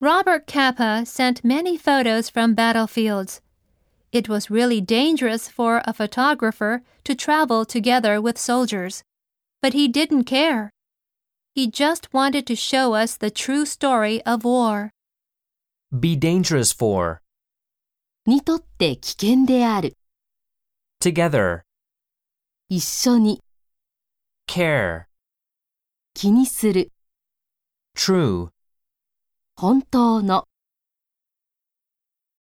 Robert Capa sent many photos from battlefields. It was really dangerous for a photographer to travel together with soldiers, but he didn't care. He just wanted to show us the true story of war. Be dangerous for. にとって危険である。 Together. 一緒に、 Care. 気にする、 True. 本当の。